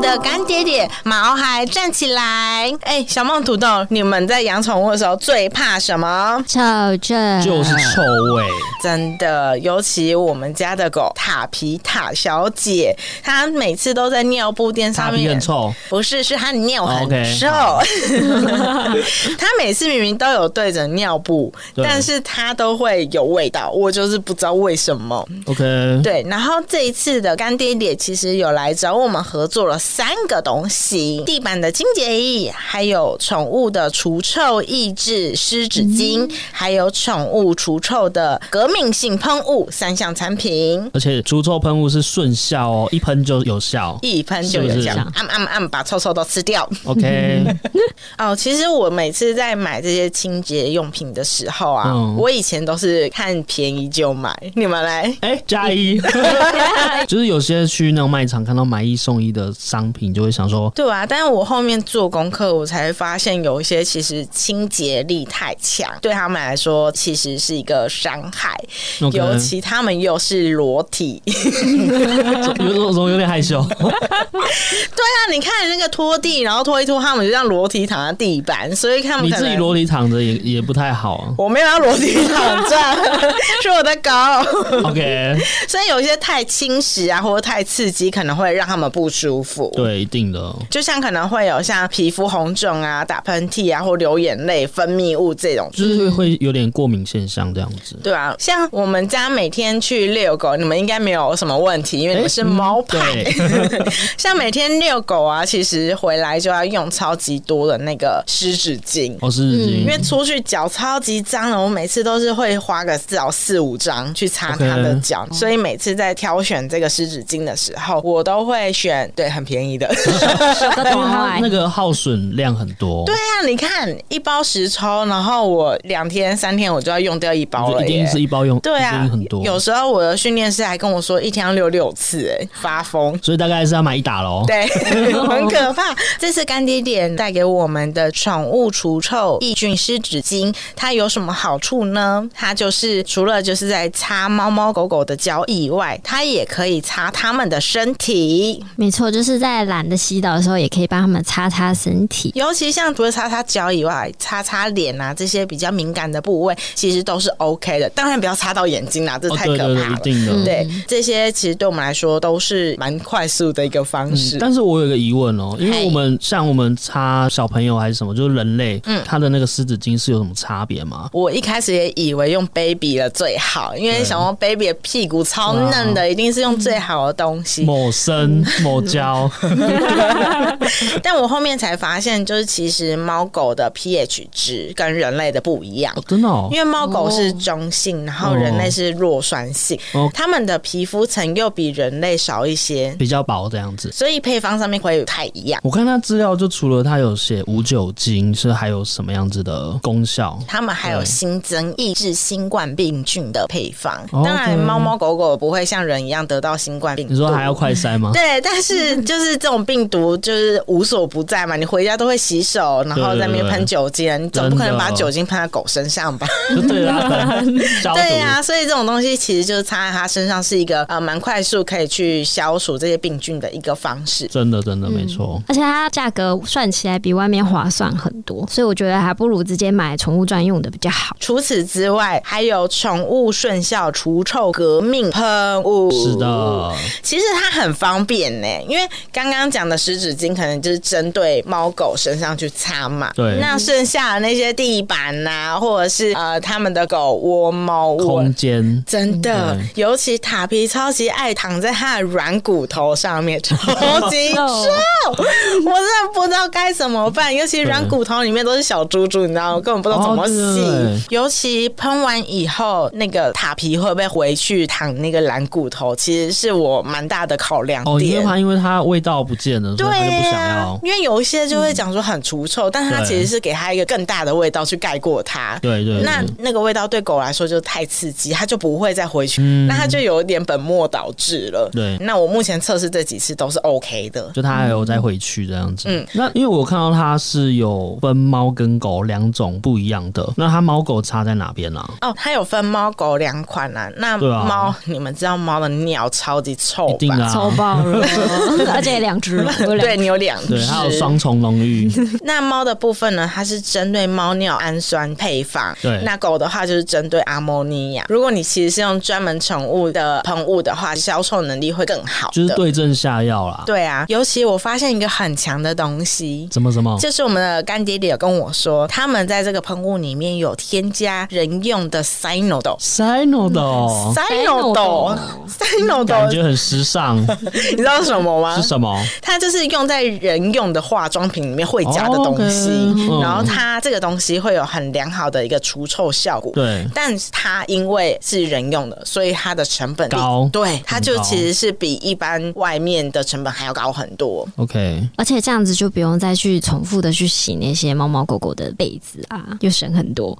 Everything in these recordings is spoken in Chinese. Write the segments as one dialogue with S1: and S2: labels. S1: 的干爹爹毛孩站起来。哎、小梦土豆，你们在养宠物的时候最怕什么？
S2: 臭这
S3: 就是
S1: 嗯
S3: 臭味。
S1: 真的，尤其我们家的狗塔皮塔小姐，她每次都在尿布垫
S3: 塔
S1: 上
S3: 皮
S1: 面
S3: 很，臭，
S1: 不是，是她尿
S3: 哦
S1: 很
S3: ，OK，
S1: 臭。 她每次明明都有对着尿布，
S3: 对
S1: 但是她都会有味道，我就是不知道为什么。
S3: OK，
S1: 对，然后这一次的干爹爹其实有来找我们合作了三个东西：地板的清洁液，还有宠物的除臭抑制湿纸
S3: 嗯
S1: 巾，还有宠物除臭的革命性喷雾，三项产品。
S3: 而且除臭喷雾是顺效哦，一喷就有效。
S1: 一喷就是有
S3: 不是
S1: 效，按按按，把臭臭都吃掉。
S3: OK，
S1: 哦，其实我每次在买这些清洁用品的时候啊，
S3: 嗯
S1: 我以前都是看便宜就买。你们来，
S3: 哎、加一，就是有些去那种卖场看到买一送一的商品，就会想说，
S1: 对啊，但是我后面做功课，我才发现有一些其实清洁力太强，对他们来说其实是一个伤害，
S3: 那个
S1: 尤其他们又是裸体。 对
S3: 有哎有种有点害 羞。
S1: 啊，你看那个拖地，然后拖一拖，他们就像裸体躺在地板，所以他们
S3: 你
S1: 可
S3: 自己
S1: 能
S3: 裸体躺着也也不太好啊。
S1: 我没有要裸体躺着， 是我的狗，
S3: OK，
S1: 所以有一些太侵蚀啊，或者太刺激，可能会让他们不舒服。
S3: 对，一定的。哦
S1: 就像可能会有像皮肤红肿啊、打喷嚏啊，或流眼泪、分泌物这种
S3: 就是会有点过敏现象这样子，
S1: 对啊，像我们家每天去遛狗，你们应该没有什么问题，因为你们是猫派。
S3: 哎嗯对，
S1: 像每天遛狗啊，其实回来就要用超级多的那个湿纸巾。
S3: 哦是已
S1: 嗯因
S3: 经
S1: 为出去脚超级脏了，我每次都是会花个至少四五张去擦它的脚
S3: 嗯
S1: 所以每次在挑选这个湿纸巾的时候，我都会选对很便 宜的。
S2: 个
S3: 因为
S2: 多
S3: 它
S2: 爱
S3: 那，个耗损量很多，
S1: 对啊，你看一包十抽，然后我两天三天我就要用掉一包
S3: 就
S1: 了
S3: 一
S1: 耶，
S3: 定是一包用，
S1: 对
S3: 一
S1: 啊
S3: 定很，多，
S1: 有时候我的训练师还跟我说一天要溜六次、哎，发 疯。
S3: 所以大概是要买一打哦喽。
S1: 对，很可怕。这次干爹点带给我们的宠物除臭抑菌湿纸巾，它有什么好处呢？它就是除了就是在擦猫猫狗狗的脚以外，它也可以擦它们的身体，
S2: 没错，就是在懒得洗澡的时候，也可以帮他们擦擦身体。
S1: 尤其像除了擦擦脚以外，擦擦脸啊这些比较敏感的部位，其实都是 OK 的。当然不要擦到眼睛啦、啊这
S3: 哦，
S1: 太
S3: 对
S1: 可怕
S3: 对
S1: 了。嗯
S3: 对，一定的。
S1: 对，这些其实对我们来说都是蛮快速的一个方式。
S3: 但是我有一个疑问哦，因为我们像我们擦小朋友还是什么，就是人类，
S1: 嗯
S3: 它的那个湿纸巾是有什么差别吗？
S1: 我一开始也以为用 baby 的最好，因为想说 baby 的屁股超嫩的，一定是用最好的东西。
S3: 某生
S1: 嗯
S3: 某 胶，
S1: 但我后面才发现，就是其实猫狗的 pH 值跟人类的不一样
S3: 哦。真的哦
S1: 因，为猫狗是中性，然后人类是弱酸性
S3: 哦，嗯
S1: 它们的皮肤层又比人类少一些，
S3: 比较薄这样子。
S1: 所以配方上面会不太一样。
S3: 我看它资料，就除了它有写无酒精，是还有什么样子的功效？
S1: 他们还有新增抑制新冠病菌的配方。
S3: OK
S1: 当然，猫猫狗狗不会像人一样得到新冠病毒。
S3: 哦你说还要快塞吗？
S1: 对，但是就是这种病毒就是无所不在嘛，你回家都会洗手，然后在那边喷酒精，你总不可能把
S3: 真的
S1: 酒精喷在狗身上吧？
S3: 就对啦，消毒
S1: 对呀、所以这种东西其实就是擦在它身上是一个呃蛮快速可以去消除这些病菌的一个方式。
S3: 真的真的没错。
S2: 而且它价格算起来比外面划算很多，所以我觉得还不如直接买宠物专用的比较好。
S1: 除此之外，还有宠物顺效除臭革命喷雾。
S3: 是的，
S1: 其实它很方便呢，因为刚刚讲的湿纸巾可能就是针对猫狗身上去擦嘛。
S3: 对
S1: 那剩下的那些地板呐、或者是呃他们的狗窝、猫窝
S3: 空。间
S1: 真的
S3: 嗯，
S1: 尤其塔皮超级爱躺在它的软骨头上面，超 级臭，我真的不知道该怎么办。尤其软骨头里面都是小珠珠，你知道，我根本不知道怎么
S3: 哦
S1: 洗。
S3: 对对对
S1: 尤其喷完以后，那个塔皮会不会回去躺那个软骨头，其实是我蛮大的考量
S3: 哦，因为
S1: 点。
S3: 它因为它味道不见了，
S1: 对
S3: 所以它就不想
S1: 呀、
S3: 要。
S1: 因为有一些就会讲说很除臭，但它
S3: 对
S1: 其实是给它一个更大的味道去盖过它。
S3: 对对，对
S1: 那那个味道对狗来说就太刺激，它就不会再回去，那它就有点本末倒置了。
S3: 嗯对
S1: 那我目前测试这几次都是 OK 的。
S3: 就它还有再回去这样子。嗯，那因为我看到它是有分猫跟狗两种不一样的，那它猫狗差在哪边啊？
S1: 哦，它有分猫狗两款啊。那
S3: 对啊
S1: 猫，你们知道猫的尿超级臭吧？
S3: 一定的啊
S2: 超爆了，而且两只只龙，我有两
S1: 对你有两只，
S3: 对，还有双重荣 誉，
S1: 那猫的部分呢，它是针对猫尿氨酸配方。
S3: 对
S1: 那狗的话就是针对阿莫尼亚。如果你其实是用专门宠物的喷雾的话，销售能力会更好的。
S3: 就是对症下药啦。
S1: 对啊，尤其我发现一个很强的东西。
S3: 什么什么？
S1: 就是我们的干爹爹有跟我说，他们在这个喷雾里面有添加人用的 Sinodol。
S3: Sino 的哦，
S1: Sinodol Sinodol
S3: 感觉很时 尚，
S1: 你知道是什么吗
S3: 是？什么？
S1: 它就是用在人用的化妆品里面会加的东西，
S3: 哦，OK，嗯
S1: 然后它这个东西会有很良好的一个除臭效果。
S3: 对，
S1: 但是它因为是人用的，所以它的成本比
S3: 高
S1: 对，它就
S3: 很高
S1: 其实是比一般外面的成本还要高很多。
S3: OK，
S2: 而且这样子就不用再去重复的去洗那些猫猫狗狗的被子啊，又省很多。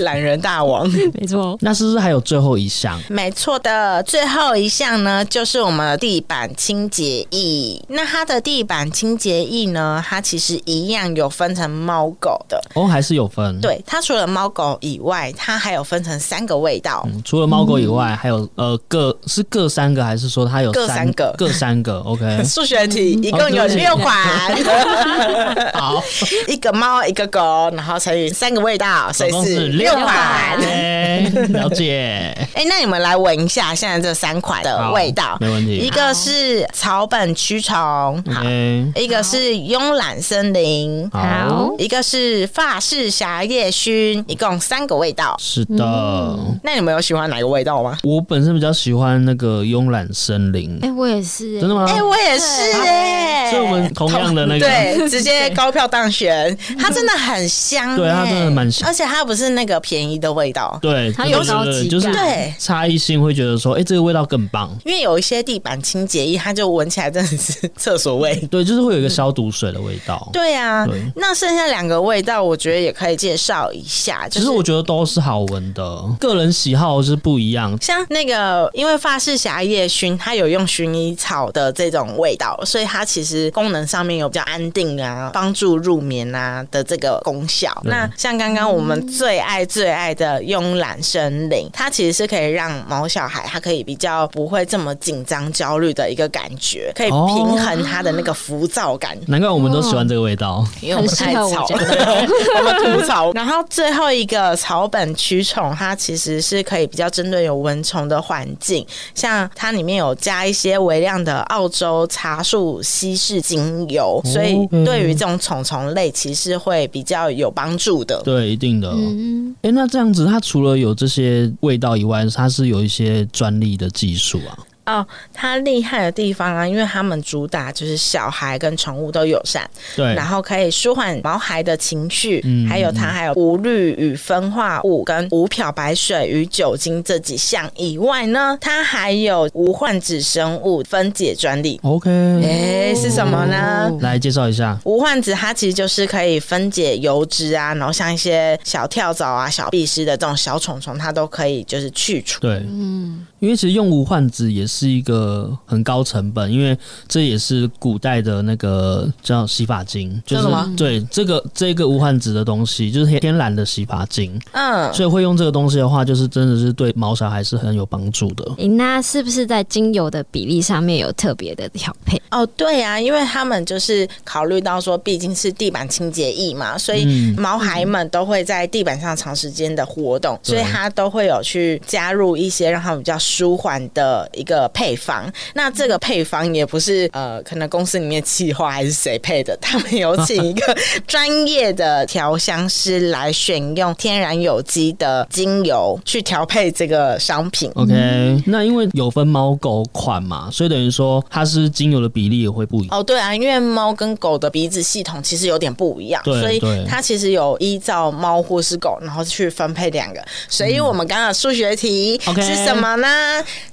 S1: 懒人大 王，
S2: 没错，
S3: 那是不是还有最后一项？
S1: 没错的。最后一项呢，就是我们的地板清洁液。那它的地板清洁液呢，它其实一样有分成猫狗的。
S3: 哦，还是有分。，
S1: 对，它除了猫狗以外，它还有分成三个味道。
S3: 嗯除了猫狗以外，还有呃各是各三个，还是说它有
S1: 各三个
S3: 各三个？OK，
S1: 数学题一共有
S3: 哦对
S1: 六 款，
S3: 好，
S1: 一个猫一个狗，然后乘以三个味道，所
S3: 总
S1: 以
S3: 共
S1: 是
S3: 是
S1: 六
S3: 款
S1: 款。。
S3: 哎 了 解，
S1: 哎、那你们来闻一下现在这三款的
S3: 好
S1: 呃
S3: 嗯
S1: 味道，
S3: 没问
S1: 一
S3: 题。
S1: 个是草本驱虫，好，
S3: OK，
S1: 一个是慵懒森林，
S3: 嗯好，
S1: 一个是法式狭夜熏，一共三个味道。
S3: 是的。
S2: 嗯
S1: 那你们有喜欢哪个味道吗？
S3: 我本身比较喜欢那个慵懒森林
S2: 哎、，我也是、
S3: 真的吗
S1: 哎、？我也是哎、
S3: 嗯所以我们同样的那个
S1: 对，直接高票当选，它真的很香、
S3: 对它
S1: 哎
S3: 真的蛮香
S1: 而且它不是那个便宜的味道，
S3: 对，
S2: 它有
S3: 对对
S2: 高
S3: 对
S2: 级
S3: 就是
S2: 感
S1: 对
S3: 差异性会觉得说，哎，这个味道更棒。
S1: 因为有一些地板清洁液，它就闻起来真的是厕所味。
S3: 对，就是
S2: 嗯
S3: 会有一个消毒水的味道。
S1: 对啊
S3: 对，
S1: 那剩下两个味道，我觉得也可以介绍一下，就
S3: 其实
S1: 是
S3: 我觉得都是好闻的，个人喜好是不一样。
S1: 像那个，因为发饰侠叶熏，它有用薰衣草的这种味道，所以它其实功能上面有比较安定啊，帮助入眠啊的这个功效。
S3: 对
S1: 那像刚刚我们最爱最爱的慵懒森林，它其实是可以让毛小孩他可以比较不会这么紧张焦虑的一个感觉，可以
S3: 哦
S1: 平衡他的那个浮躁感。
S3: 难怪我们都喜欢这个味道。
S2: 嗯
S1: 因为我们太吵，
S2: 很
S1: 我们吐 槽。然后最后一个草本驱虫，它其实是可以比较针对有蚊虫的环境，像它里面有加一些微量的澳洲茶树稀释精油，所以
S3: 嗯
S1: 对于这种虫虫类其实会比较有帮助的。
S3: 对，一定的。
S2: 嗯，
S3: 哎、那这样子，它除了有这些味道以外，它是有一些专利的技术啊。
S1: 哦，它厉害的地方啊，因为他们主打就是小孩跟宠物都友善，
S3: 对
S1: 然，后可以舒缓毛孩的情绪，
S3: 哎嗯
S1: 还有它还有无氯与分化物跟无漂白水与酒精这几项以外呢，它还有无患子生物分解专利。
S3: OK，、
S1: 诶，是什么呢？
S3: 来介绍一下。
S1: 无患子它其实就是可以分解油脂啊，然后像一些小跳蚤啊、小蜱虱的这种小虫虫，它都可以就是去除。
S3: 对，嗯，因为其实用无患子也是一个很高成本，因为这也是古代的那个叫洗发精，就
S1: 叫
S3: 是
S1: 什么
S3: 对这个这个无患子的东西，就是天天然的洗发精，
S1: 嗯，
S3: 所以会用这个东西的话，就是真的是对毛小孩是很有帮助的。
S2: 诶那是不是在精油的比例上面有特别的调配？
S1: 哦，对啊，因为他们就是考虑到说，毕竟是地板清洁液嘛，所以
S3: 嗯
S1: 毛孩们都会在地板上长时间的活动，所以
S3: 对
S1: 它都会有去加入一些让他们比较舒缓的一个配方。那这个配方也不是呃，可能公司里面企划还是谁配的，他们有请一 个专业的调香师来选用天然有机的精油去调配这个商品。
S2: 嗯
S3: OK，、那因为有分猫狗款嘛，所以等于说它是精油的比例也会不一样。
S1: 哦，对啊，因为猫跟狗的鼻子系统其实有点不一样，
S3: 对
S1: 所以
S3: 对
S1: 它其实有依照猫或是狗，然后去分配两个。所以我们刚刚的数学题
S3: 嗯 OK
S1: 是什么呢？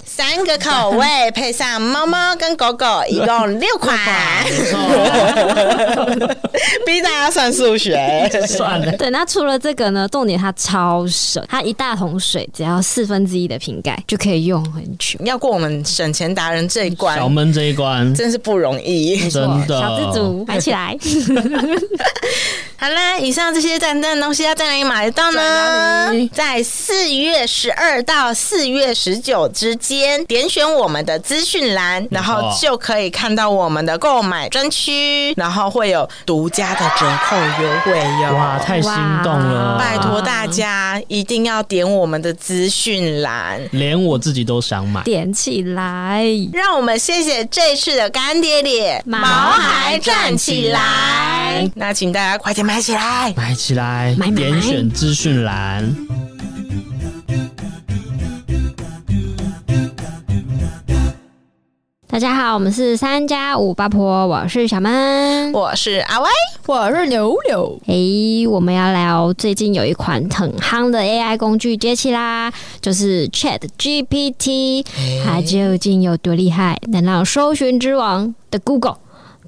S1: 三个口 味配上猫猫跟狗狗，一共六款。 逼大家算数学，
S3: 算了，
S2: 对，那除了这个呢，重点它超省，它一大桶水只要四分之一的瓶盖就可以用很久。
S1: 要过我们省钱达人这一关
S3: 小，闷这一关，
S1: 真是不容易。
S3: 真的
S2: 小资主买起来。
S1: 好啦，以上这些赞赞的东西要在哪里买得到呢？在四月十二到四月十九之间，点选我们的资讯栏，然后就可以看到我们的购买专区，然后会有独家的折扣优惠哟。
S3: 哇，太心动了！
S2: 哇
S1: 拜托大家一定要点我们的资讯栏。
S3: 连我自己都想买。
S2: 点起来，
S1: 让我们谢谢这次的干爹爹，
S2: 毛
S1: 孩
S2: 孩站起来。
S1: 那请大家快点买起来。
S3: 买起来
S2: 买，买
S3: 点选资讯栏。
S2: 大家好，我们是三加五八婆，我是小曼。
S1: 我是阿歪，
S4: 我是牛牛，
S2: 诶、我们要聊最近有一款很夯的 AI 工具崛起啦，就是 Chat GPT，它究竟有多厉害，能让搜寻之王的 Google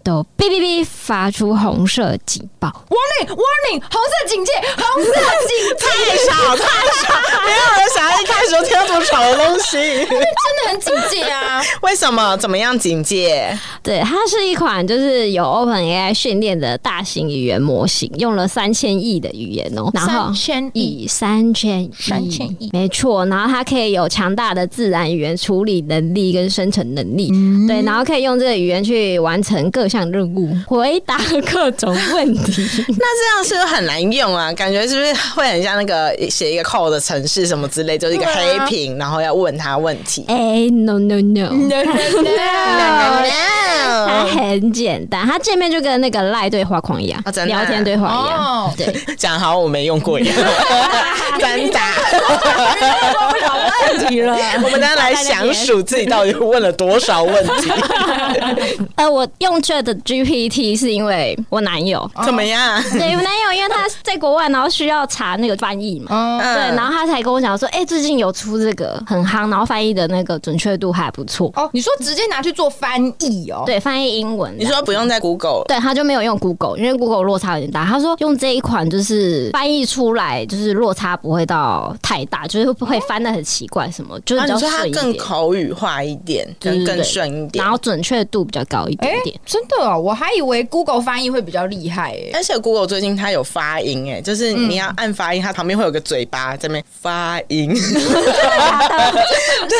S2: 都哔哔哔发出红色警报？
S4: warning warning，红色警戒，红色警戒，
S1: 太少太少，没有人想要一开始就听到这么吵的东西。
S4: 真的很警戒啊！
S1: 为什么？怎么样警戒？
S2: 对，它是一款就是有 OpenAI 训练的大型语言模型，用了三千亿的语言哦、然后
S4: 三千亿，
S2: 以三千亿，
S4: 三千亿
S2: 没错。然后它可以有强大的自然语言处理能力跟生成能力，对，然后可以用这个语言去完成各项任务，回答各种问题。
S1: 那这样是不是很难用啊？感觉是不是会很像那个写一个 code 的程式什么之类，就是一个黑屏，然后要问他问题。
S2: 哎、n o no no，它
S1: 啊
S2: 很简单，它界面就跟那个赖对话框一样，
S1: 啊真的啊
S2: 聊天对话一样。
S4: 哦，
S2: 对，
S1: 讲好我没用过一 样，真 的啊。
S4: 不了问题了。
S1: 我们大家来详数自己到底问了多少问 题，
S2: 呃，我用 Chat GPT 是因为我男友，
S1: 怎么样？
S2: 对，我男友因为他在国外，然后需要查那个翻译嘛，
S4: 哦，
S2: 对，
S1: 嗯
S2: 然后他才跟我讲说，哎、最近有出这个很夯，然后翻译的那个准确度还不错，
S4: 哦，你说直接拿去做翻译哦？，
S2: 对，翻译英文的。
S1: 你说不用在 Google
S2: 对，他就没有用 Google，因为 Google 落差有点大。他说用这一款就是翻译出来，就是落差不会到太大，就是不会翻的很奇怪什么，就是
S1: 啊，
S2: 比
S1: 你
S2: 较
S1: 说它
S2: 顺一点，
S1: 更口语化一点，
S2: 对
S1: 更
S2: 对
S1: 更
S2: 对
S1: 顺一点
S2: 然。后准确度比较高一
S4: 哎
S2: 点点。，
S4: 真的哦，我还以为 Google 翻译会比较厉害 诶。
S1: 而且 Google 最近它有发音，哎，就是
S4: 嗯
S1: 你要按发音，它旁边会有个嘴巴在那边发音，
S4: 嗯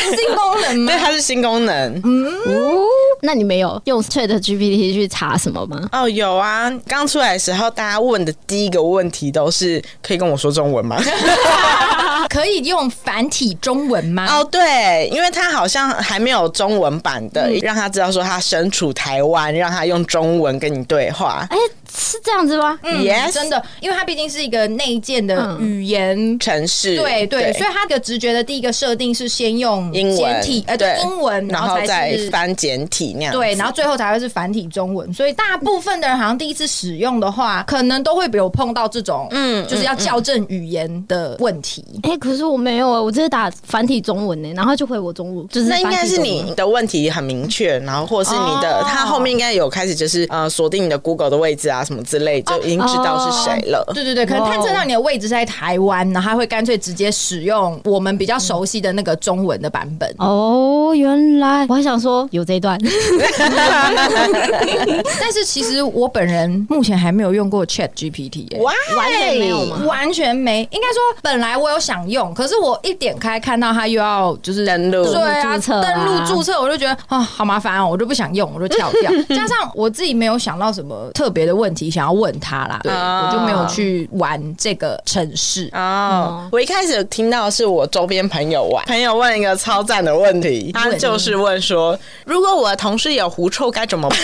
S4: 是新功能 吗
S1: 对，？它是新功能。
S4: 嗯
S2: 哦，那你没有用 Chat GPT 去查什么吗？
S1: 哦，有啊，刚出来的时候，大家问的第一个问题都是可以跟我说中文 吗？
S4: 啊可以用繁体中文吗？
S1: 哦，对，因为他好像还没有中文版的，
S4: 嗯
S1: 让他知道说他身处台湾，让他用中文跟你对话。
S2: 哎、是这样子吗？
S4: 嗯
S1: Yes
S4: 真的，因为它毕竟是一个内建
S2: 嗯
S4: 的语言。
S1: 城市
S4: 对对，所
S1: 以
S4: 以它的直觉的第一个设定是先用
S1: 英文
S4: 简体，呃，
S1: 对
S4: 对，英文，
S1: 然
S4: 后
S1: 后
S4: 才
S1: 再
S4: 是
S1: 翻简体那样子。
S4: 对，然后最后才会是繁体中文。所以大部分的人好像第一次使用的话，可能都会有碰到这种，嗯，就是要校正语言的问题。
S2: 哎、可是我没有，我只是打繁体中文呢、然后它就回我中文，就是
S1: 那应
S2: 繁
S1: 该
S2: 体
S1: 是
S2: 中
S1: 你
S2: 文
S1: 的问题很明确，然后或是你的，
S4: 哦
S1: 他后面应该有开始就是呃锁定你的 Google 的位置啊什么之类，就已经知道是谁了。
S4: 对对对，可能探测到你的位置是在台湾，然后他会干脆直接使用我们比较熟悉的那个中文的版 本。
S2: 哦，原来我还想说有这 一段，
S4: 但是其实我本人目前还没有用过 Chat GPT，、
S1: 哇，
S2: 完全没有吗？
S4: 完全没。应该说本来我有想用，可是我一点开看到它又要就是
S1: 登录
S4: 对啊，
S2: 注册啊
S4: 登录注册，我就觉得啊好麻烦哦，我就不想用，我就跳 掉。加上我自己没有想到什么特别的问题想要问他啦，对，
S1: 啊
S4: 我就没有去玩这个城市。
S1: 哦，我一开始听到是我周边朋友玩，朋友问一个超赞的问题， 他就是问说，如果我的同事有狐臭该怎 么办？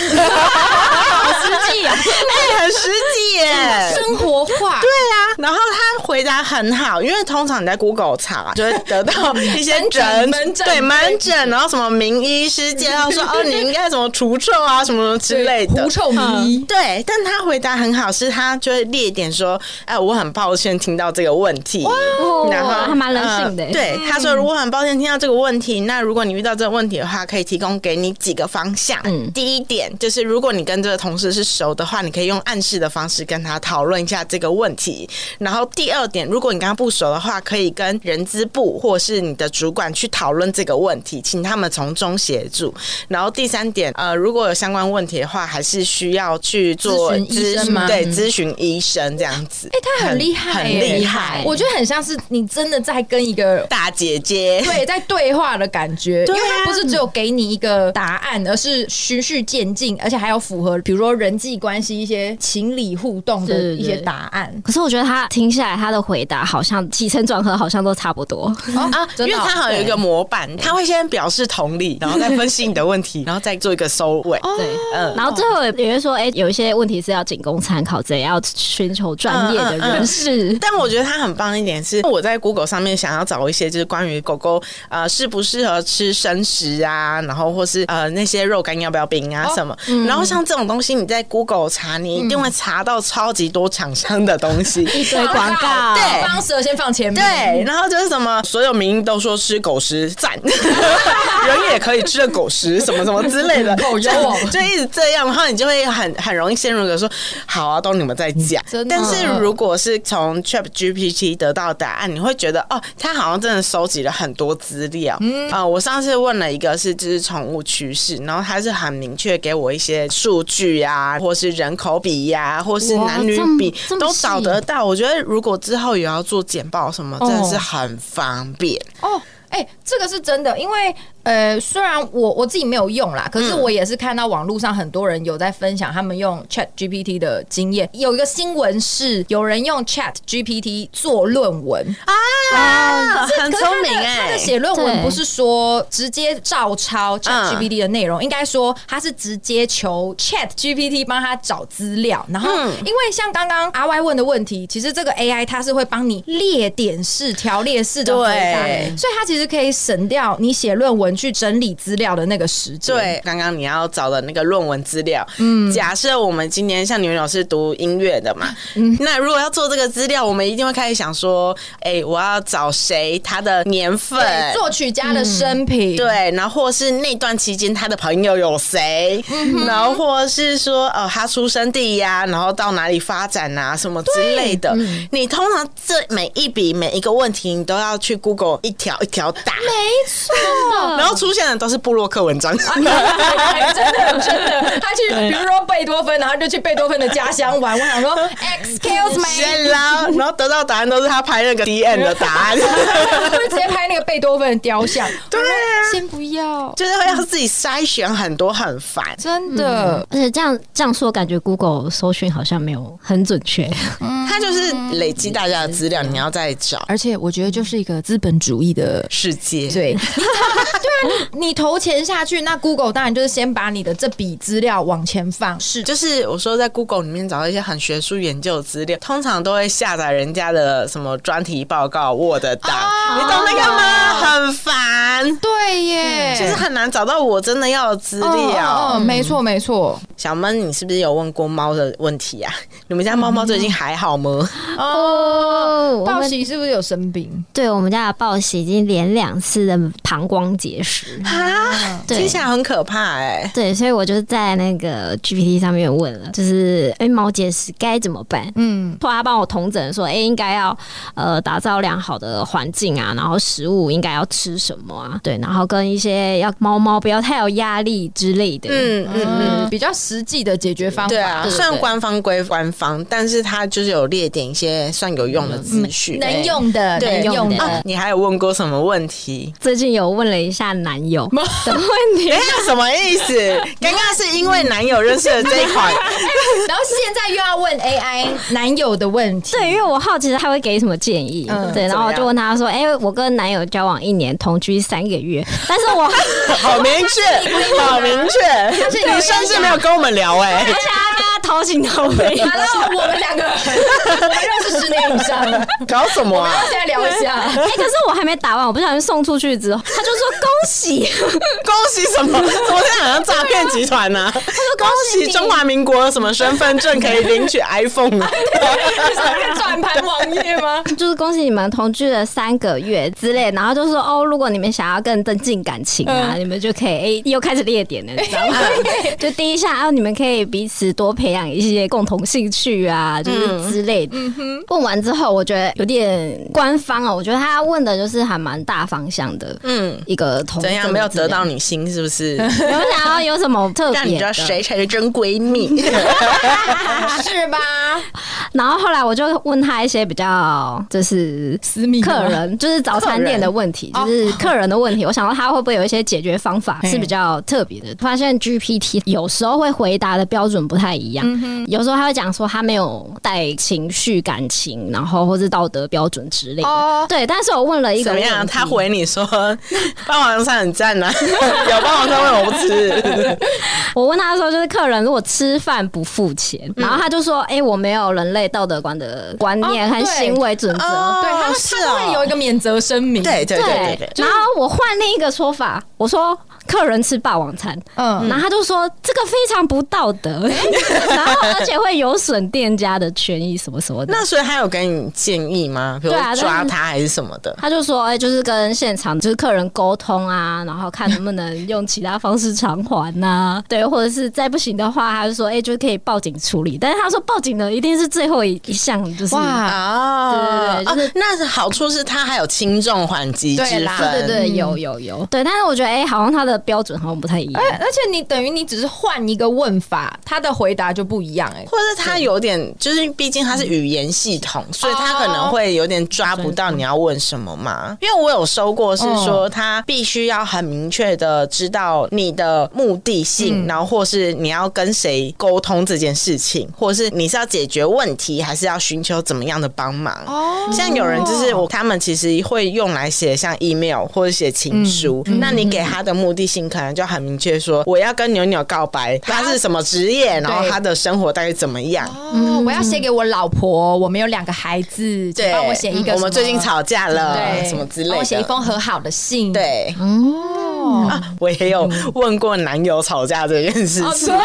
S2: 实际 啊，
S1: 哎，很实际 耶。
S4: 生活化，
S1: 对啊， 然后他回答很好，因为通常你在 Google 查，就会得到一些
S4: 门诊
S1: 诊
S4: 门 诊
S1: 对门诊，然后什么名医师介绍 说，哦，你应该怎么除臭啊，什么什么之类的
S4: 狐。臭迷，
S1: 对，但他回答很好，是他就会列点说，哎，我很抱歉听到这个问题，
S2: 哦
S1: 然后
S2: 还蛮人性的、
S1: 呃对，
S4: 嗯
S1: 他说如果很抱歉听到这个问题，那如果你遇到这个问题的话，可以提供给你几个方向。
S2: 嗯
S1: 第一点就是，如果你跟这个同事是熟的话，你可以用暗示的方式跟他讨论一下这个问题。然后第二点，如果你跟他不熟的话，可以跟人资部或是你的主管去讨论这个问题，请他们从中协助。然后第三点，呃，如果有相关问题的话，还是需要去做
S4: 咨询医
S1: 咨
S4: 生吗
S1: 对，咨询医生这样子。
S4: 哎、他很厉害、
S1: 很
S4: 耶
S1: 厉害，
S4: 我觉得很像是你真的在跟 一个
S1: 大姐姐，
S4: 对，在对话的感觉，因
S1: 对啊
S4: 为他不是只有给你一个答案，而是循序渐进，而且还要符合，比如说人际关系一些情理互动的
S2: 是
S4: 一些答案。
S2: 可是我觉得他听下来，他的回答好像起承转合好像都差不多。
S1: 啊，因
S4: 真
S1: 为
S4: 的哦
S1: 他好像有一个模板，他会先表示同理，然后再分析你的问 题，然后再做一个收尾。
S4: 哦
S2: 对，
S1: 嗯，
S2: 然后最后也会说，哎、有一些问题是要仅供参考，这也要寻求专业
S1: 嗯
S2: 的人士。
S1: 但我觉得他很棒一点是，我在 Google 上面想要找一些就是关于狗狗呃适不适合吃生食啊，然后或是呃那些肉干要不要冰啊
S4: 哦嗯
S1: 什么。然后像这种东西，你在 Google 查，你一定会查到超级多厂商的东 西。
S2: 一堆广告，
S1: 对
S4: 帮蛇先放前面，
S2: 嗯
S1: 对，然后就是什么，所有名医都说吃狗食赞， 人也可以吃了狗食，什么什么之 类的，
S4: 狗
S1: 就
S4: 油哦
S1: 就一直这样，然后你就会很很容易陷入一个说好啊，都你们在讲。
S4: 真的
S1: 但是如果是从 Chat GPT 得到答案，你会觉得哦，他好像真的收集了很多资料。嗯，啊、我上次问了一个是就是宠物趋势，然后他是很明确给我一些数据啊，或是人口比呀、或是
S2: 哇
S1: 男女
S2: 这么
S1: 比
S2: 这么
S1: 都找
S2: 细
S1: 得到，呃我觉得如果之后也要做简报什么，真的是很方便。
S4: 哦。哎、这个是真的，因为呃，虽然我我自己没有用啦，可是我也是看到网络上很多人有在分享他们用 Chat GPT 的经验。有一个新闻是有人用 Chat GPT 做论文，
S1: 啊，很
S4: 可是
S1: 聪明
S4: 他的
S1: 哎、
S4: 他的写论文
S2: 对
S4: 不是说直接照抄 Chat
S1: 嗯
S4: GPT 的内容，应该说他是直接求 Chat GPT 帮他找资料。然后，
S1: 嗯
S4: 因为像刚刚阿 Y 问的问题，其实这个 AI 它是会帮你列点式、条列式的回答
S1: 对，
S4: 所以它其实可以省掉你写论文去整理资料的那个时间。
S1: 对，刚刚你要找的那个论文资料，嗯，假设我们今年像你们老师读音乐的嘛，那如果要做这个资料，我们一定会开始想说，哎、我要找谁，他的年份。
S4: 对，作曲家的生平，
S1: 对，然后或是那段期间他的朋友有谁，
S4: 嗯
S1: 然后或是说呃他出生地呀、然后到哪里发展啊什么之类的，
S4: 嗯
S1: 你通常这每一笔每一个问题你都要去 Google 一条一条打，
S4: 没啊错，
S1: 然后出现的都是布洛克文 章。
S4: 真的真的，他去比如说贝多芬，然后就去贝多芬的家乡玩。我 想说，Excuse me，
S1: 啦，然后得到答案都是他拍那个 D N 的答 案，
S4: 就是直接拍那个贝多芬的雕 像。
S1: 对啊
S4: 先不要，
S1: 就是会让自己筛选很多，很烦。
S4: 真的。
S2: 而且这样这样说，感觉 Google 搜寻好像没有很准确。
S4: 嗯
S1: 他就是累积大家的资料，你要再找
S4: 而且我觉得就是一个资本主义的。
S1: 世界。
S4: 对，你知道吗对啊，你你投钱下去，那 Google 当然就是先把你的这笔资料往前放，是
S1: 就是我说在 Google 里面找到一些很学术研究的资料，通常都会下载人家的什么专题报告、Word 档，
S4: 哦
S1: 你懂那个吗？很烦，
S4: 对耶，
S1: 就是很难找到我真的要的资
S4: 哦哦哦
S1: 料。
S4: 没错没错，
S1: 小闷，你是不是有问过猫的问题啊？你们家猫猫最近还好吗？
S4: 嗯
S2: 哦， 我
S4: 报
S2: 们
S4: 喜是不是有生病？
S2: 对我们家的报喜已经连两次的膀胱结石。
S1: 啊，
S2: 对
S1: 听起来很可怕哎、
S2: 对，所以我就在那个 GPT 上面问了，就是哎、毛结石该怎么办？
S4: 嗯，
S2: 后来他帮我同诊说，哎、应该要呃打造良好的环境啊，然后食物应该要吃什么啊？对，然后跟一些要猫猫不要太有压力之类的。
S1: 嗯嗯
S4: 嗯，比较实际的解决方法。
S1: 对啊，
S2: 对对
S1: 虽然官方归官方，但是它就是有列点一些算有用的资讯，
S4: 嗯能用的，
S1: 对
S4: 能用
S2: 用的
S4: 的
S1: 啊。你还有问过什么问题？
S2: 最近有问了一下男友
S1: 嗯
S2: 的问题
S1: 哎，下什么意思？刚刚是因为男友认识了这一款，
S4: 然后现在又要问 AI 男友的问题，
S2: 对，因为我好奇他会给什么建议，
S1: 嗯
S2: 对，然后我
S1: 怎么样
S2: 就问他说：“哎、我跟男友交往一年，同居三个月，但是我 而
S1: 好明确，好明
S4: 啊是
S1: 确。
S4: 有
S1: 你甚至没有跟我们聊哎、
S2: 且他跟他掏心掏肺，
S4: 好了，我们两个我们认识十年以 上了，
S1: 搞什么
S4: 我们
S1: 啊
S4: 要？现在聊一下。
S2: 哎、可是我还没打完，我不小心送出去之后，他就说恭喜，
S1: 恭喜什 么？怎么现在好像诈骗集团呢、
S4: 啊
S1: 恭喜中华民国什么身份证可以领 取 iPhone 啊？
S4: 你是在转盘网页吗？
S2: 就是恭喜你们同居了三个月之类，然后就说哦，如果你们想要更增进感情啊，你们就可以哎、又开始列点了，你知 道吗？就第一项啊，你们可以彼此多培养一些共同兴趣啊，就是之类的。问完之后，我觉得有点官方哦，我觉得他问的就是还蛮大方向的，嗯，一个同
S1: 怎样
S2: 证
S1: 没有
S2: 之类
S1: 得到你心是不 是？
S2: 有没有想要有什么特别的？
S1: 让你知道谁才是真闺蜜。
S4: 是吧？
S2: 然后后来我就问他一些比较就是
S4: 私密
S2: 客人，就是早餐店的问题，
S4: 客
S2: 就
S4: 人
S2: 是客人的问题。我想到他会不会有一些解决方法
S4: 嗯
S2: 是比较特别的？发现 GPT 有时候会回答的标准不太一
S1: 嗯
S2: 样，有时候他会讲说他没有带情绪、感情，然后或是道德标准之类的。
S4: 哦，
S2: 对，但是我问了一 个
S1: 怎么样？
S2: 问题
S1: 他回你说霸王餐很赞呐、啊 有霸王餐为什么不吃？
S2: 我问他的时候，就是客人如果吃饭不付钱，
S1: 嗯
S2: 然后他就说：“哎、我没有人类道德观的观念
S4: 哦
S2: 和
S4: 对
S2: 行为准则。
S1: 哦
S4: 对，他
S1: 是
S4: 他
S1: 哦
S4: 会有一个免责声明，
S1: 对对对对对，
S2: 然后我换另一个说法，我说客人吃霸王餐，
S4: 嗯，
S2: 然后他就说这个非常不道 德，然后而且会有损店家的权益什么什么的。
S1: 那所以他有给你建议吗？比如
S2: 对啊但是
S1: 抓他还是什么的？
S2: 他就说，哎、就是跟现场就是客人沟通啊，然后看能不能用其他方式偿还呐、对，或者是再不行的话，他就说，哎、就可以报警处理。但是他说报警的一定是最后一一项，就是
S4: 哇，
S1: 哦，
S2: 对对对就是
S1: 哦那是好处是他还有轻重缓急之
S4: 对
S1: 分，
S4: 啦
S2: 对对对，有有有，对。但是我觉得，哎、好像他的标准好像不太一样
S4: 而。哎
S1: 哎
S4: 而且你等于你只是换一个问法，他的回答就不一样哎、
S1: 或者他有点就是，毕竟他是语言系统，所以他可能会有点抓不到你要问什么
S2: 哦
S1: 嘛。因为我有收过是说，他必须要很明确的知道你的目的
S2: 嗯
S1: 性，然后或是你要跟谁沟通这件事情，或是你是要解决问题，还是要寻求怎么样的帮忙。
S4: 哦
S1: 像有人就是我，他们其实会用来写像 email 或者写情书。
S4: 嗯
S1: 那你给他的目的性可能就很明确，说我要跟牛牛告白，他是什么职业，然后他的生活大概怎么样。
S4: 哦，我要写给我老婆，我们有两个孩子，请
S1: 对，嗯
S4: 帮我写一个什么。
S1: 我们最近吵架了，
S4: 对
S1: 什么之类
S4: 帮
S1: 的。
S4: 我写一封和好的信。，
S1: 对，
S2: 哦，
S1: 啊，我也有问过男友吵架这件事
S4: 嗯哦，
S1: 情
S4: 对。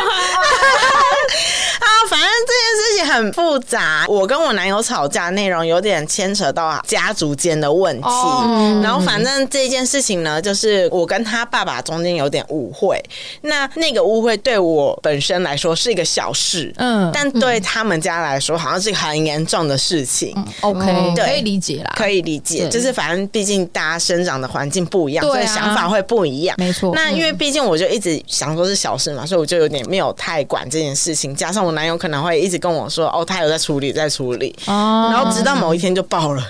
S1: 啊，反正这件事情很复杂。我跟我男友吵架，内容有点牵扯到家族间的问题。
S4: 哦
S1: 然后反正这件事情呢，就是我跟他爸爸中间有点误会。那那个误会对我本身来说是一个小事，
S4: 嗯
S1: 但对他们家来说好像是一个很严重的事情。
S4: 嗯，OK，
S1: 嗯对
S4: 可以理解啦。
S1: 可以理解，
S2: 对
S1: 就是反正毕竟大家生长的环境不一样，
S4: 对
S1: 所
S4: 啊
S1: 以想法会不一样。
S4: 没错
S1: 那因为毕竟我就一直想说是小事嘛，所以我就有点没有太管这件事情。加上我男友可能会一直跟我说，哦，他有在处理，在处理。
S4: 哦
S1: 然后直到某一天就爆了，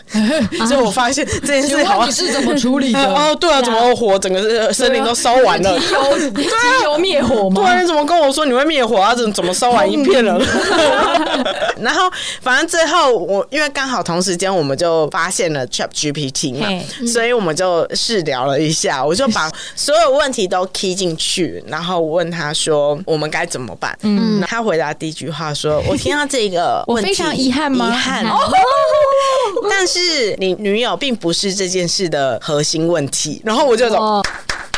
S1: 所以我发现这件
S4: 请
S1: 事好啊
S4: 问
S1: 像
S4: 你是怎么处理的？
S1: 哦，对啊，怎么火整个森林都烧完了？
S4: 提油提油灭 火
S1: 对
S4: 吗？
S1: 啊，你怎么跟我说你会灭火啊？怎怎么烧完一片 了？ 然后反正最后我因为刚好同时间我们就发现了 Chat GPT 嘛
S4: 嘿，
S1: 所以我们就试聊了一下，我就把所有问题都 key 进去，然后问他说我们该怎么办？嗯，他回答第一句话说：“我听到这 个
S4: 我
S1: 问题
S4: 非常遗憾吗
S1: 遗憾。
S4: 哦
S1: 但是你女友并不是这件事的核心问题，然后我就有种
S2: 哦，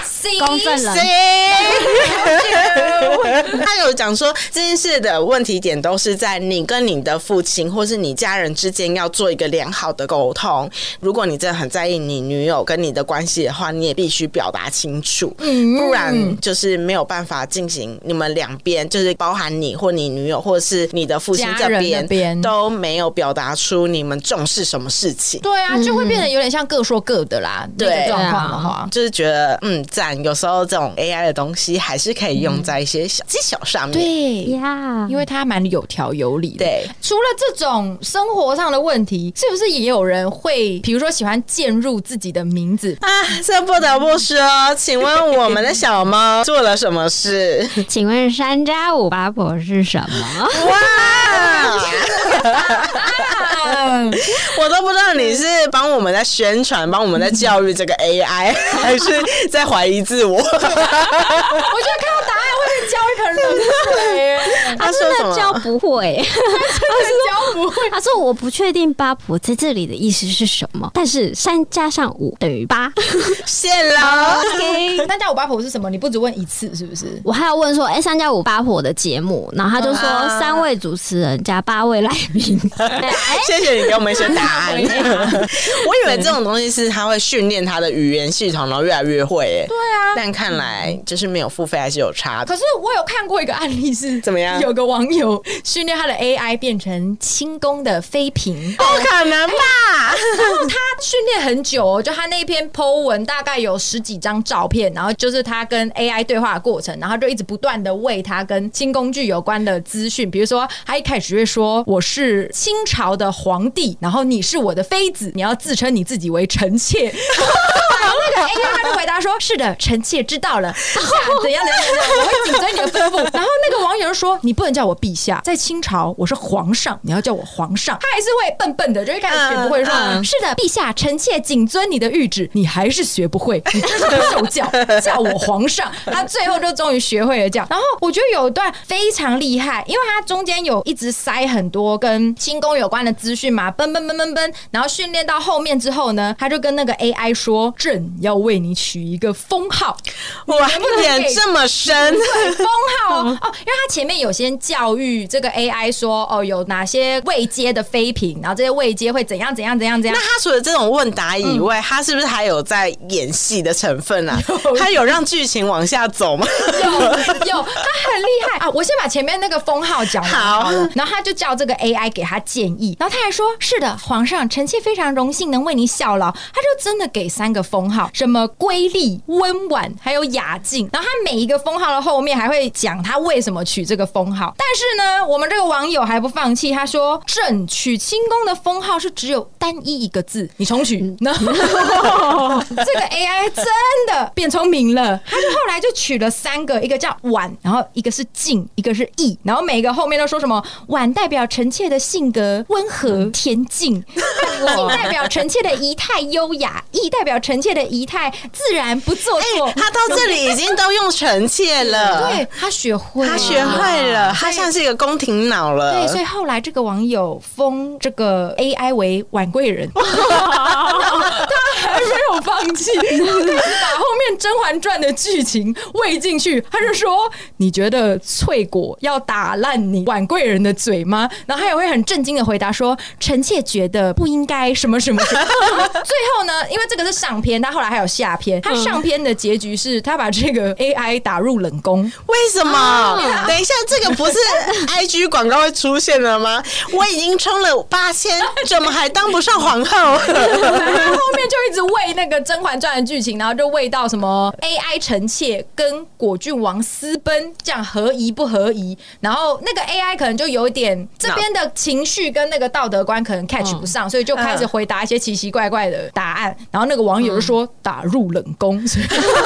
S4: 行
S2: 公愤了。
S1: 谁？他有讲说这件事的问题点都是在你跟你的父亲或是你家人之间要做一个良好的沟通。如果你真的很在意你女友跟你的关系的话，你也必须表达清楚，
S4: 嗯
S1: 不然就是没有办法进行你们两边，就是包含你或你女友或是你的父亲
S4: 家
S1: 这
S4: 人那
S1: 边
S4: 边
S1: 都没有表达出你们重视什么事情。
S4: 对啊，就会变得有点像各说各的啦。那
S1: 嗯对
S4: 个状况的话，
S1: 就是觉得嗯赞，有时候这种 AI 的东西还是可以用在一些小技巧上面。
S4: 对，
S2: 呀，
S4: 因为他蛮有条有理的。
S1: 啊对
S4: 除了这种生活上的问题，是不是也有人会，比如说喜欢介入自己的 名字？
S1: 啊，这不得不说，请问我们的小猫做了什么事？
S2: 请问山楂五八婆是什 么？
S1: 哇，
S4: 嗯，
S1: 啊我都不知道你是帮我们在宣传，帮我们在教育这个 AI，还是在怀疑自我？
S4: 我觉得看到答案会被浇一盆冷 水耶，
S1: 他说什
S2: 啊真的教
S1: 么？
S2: 不会。
S4: 真的浇不会。
S2: 他说我不确定八婆在这里的意思是什么，但是三加上五等于八。
S1: 谢了。
S2: OK。
S4: 那叫我八婆是什么？你不只问一次是不是？
S2: 我还有问说，哎、三加五八婆的节目，然后他就说
S1: 嗯啊
S2: 三位主持人加八位来宾， 哎
S1: 谢谢你给我们一些答 案。我以为这种东西是他会训练他的语言系统，然后越来越会、欸。对啊，但看来就是没有付费还是有差的。
S4: 可是我有看过一个案例是
S1: 怎么样
S4: 有个网友训练他的 AI 变成轻功的妃嫔，
S1: 不可能吧？
S4: 他训练很久哦，就他那篇 Po 文大概有十几张照片，然后就是他跟 AI 对话的过程，然后就一直不断的喂他跟新工具有关的资讯，比如说他一开始会说我是清朝的皇帝，然后你是我的妃子，你要自称你自己为臣妾。 然后那个 AI 他就回答说：“是的，臣妾知道了， 陛下怎样怎样怎样，我会谨遵你的吩咐。”然后那个网友就说：“你不能叫我陛下，在清朝我是皇上，你要叫我皇上。”他还是会笨笨的，就一开始学不会说：“
S1: 嗯嗯
S4: 是的，陛下，臣妾谨遵你的谕旨，你还是学不 会，你真是个受教，叫我皇上。他最后就终于学会了叫。然后我觉得有一段非常厉害，因为他中间有一直塞很多跟清宫有关的资讯嘛，奔奔奔奔奔，然后训练到后面之后呢，他就跟那个 AI 说：“朕要为你取一个封号。”
S1: 哇，演这么深，
S4: 封 号哦，哦因为他前面有先教育这个 AI 说，哦，有哪些未接的妃嫔，然后这些未接会怎样怎样怎样怎 样
S1: 那。他除了这种问答以外，他是不是还有在演戏的成分啊？他嗯有让剧情往下走 吗？
S4: 有有，他很厉害啊！我先把前面那个封号讲完
S1: 好
S4: 好了，然后他就叫这个 AI 给他建议，然后他还说：“是的，皇上，臣妾非常荣幸能为你效劳。”他就真的给三个封号，什么瑰丽、温婉，还有雅静。然后他每一个封号的后面还会讲他为什么取这个封号。但是呢，我们这个网友还不放弃，他说：“朕取清宫的封号是只有单一一个字，你重取。” 然后这个 AI 真的变聪明了，他就后来就取了三个，一个叫婉，然后一个是静，一个是意，然后每一个后面都说什么婉代表臣妾的性格温和
S1: 嗯
S4: 恬 静，静代表臣妾的仪态优雅， 意代表臣妾的仪态自然不做作。
S1: 哎他到这里已经都用臣妾了，
S4: 对他学会了，
S1: 他学会了，他像是一个宫廷脑了。
S4: 对，所以后来这个网友封这个 AI 为婉贵人，然后他还没有放弃，他开始把后面《甄嬛传》的剧情喂进去。他就说：“你觉得翠果要打烂你婉贵人的嘴吗？”然后他也会很震惊的回答说：“臣妾觉得不应该什么什么什么。” 最后呢，因为这个是上篇，他后来还有下篇。他上篇的结局是他把这个 AI 打入冷宫。
S1: 为什么？等一下，这个 不是 IG 广告会出现的吗？我已经充了八千，怎么还当不上皇后？
S4: 然后后面就一直喂那个《甄嬛传》的剧情，然后就喂到什么 AI 臣妾跟果郡王私奔，这样合宜不合宜？然后那个 AI 可能就有一点这边的情绪跟那个道德观可能 catch 不上，所以就开始回答一些奇奇怪怪的答案。然后那个网友就说打入冷宫，所以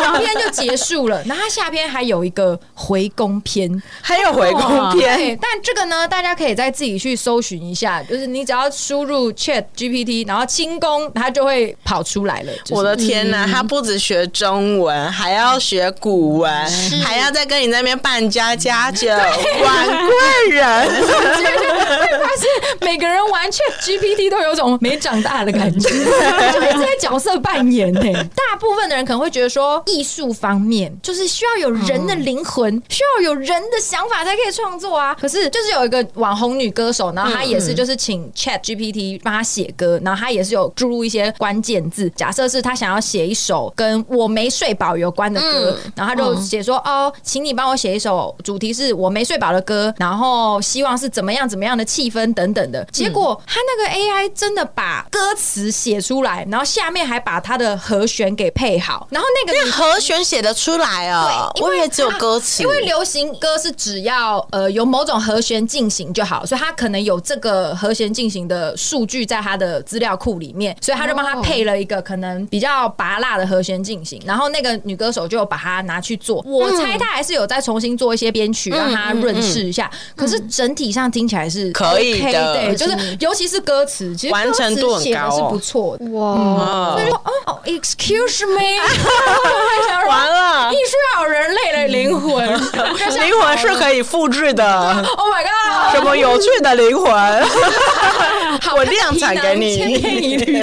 S4: 上篇就结束了。然后它下篇还有一个回宫篇，
S1: 还有回 宫篇，
S4: 哦对，但这个呢，大家可以再自己去搜寻一下，就是你只要输入 Chat GPT，然后清宫，它就会跑出来了。就是
S1: 我的天呐，他不只学中文，还要学古文，还要再跟你那边扮家家酒、玩贵人。
S4: 直接就会发现，每个人玩 Chat GPT 都有种没长大的感 觉，就是这些角色扮演呢、大部分的人可能会觉得说，艺术方面就是需要有人的
S1: 嗯
S4: 灵魂，需要有人的想法才可以创作啊。可是就是有一个网红女歌手，然后她
S1: 嗯
S4: 也是就是请 Chat GPT 帮她写歌，然后她也是有注入一些关键字，假设是她想要写一首跟我没睡饱有关的歌，然后她就写说、哦，请你帮我写一首主题是我没睡饱的歌，然后希望是怎么样怎么样的气氛等等的。结果他那个 AI 真的把歌词写出来，然后下面还把它的和弦给配好，然后那个女
S1: 和弦写得出来哦，
S4: 对因
S1: 我
S4: 为
S1: 以为只有歌词，
S4: 因为流行歌是只要呃有某种和弦进行就好，所以它可能有这个和弦进行的数据在它的资料库里面，所以他就帮他配了一个可能比较拔辣的和弦进行，然后那个女歌手就把它拿去做。
S1: 嗯
S4: 我猜她还是有再重新做一些编曲，让它润饰一下。可是整体上听起来是
S1: 嗯可以
S4: OK
S1: 的嗯
S4: 对，就是尤其是歌词，其实
S1: 完成度
S4: 歌
S1: 很
S4: 词写的
S1: 高
S4: 是
S1: 哦
S4: 不错的。
S2: 哇，
S1: 哦
S4: 所以说，哦，excuse me，我想说
S1: 完了
S4: 艺，术要有人类的灵魂，
S1: 灵魂是可以复制的，
S4: Oh my god！
S1: 什么有趣的灵 魂？我量产给
S4: 千篇
S1: 你。
S4: 一律，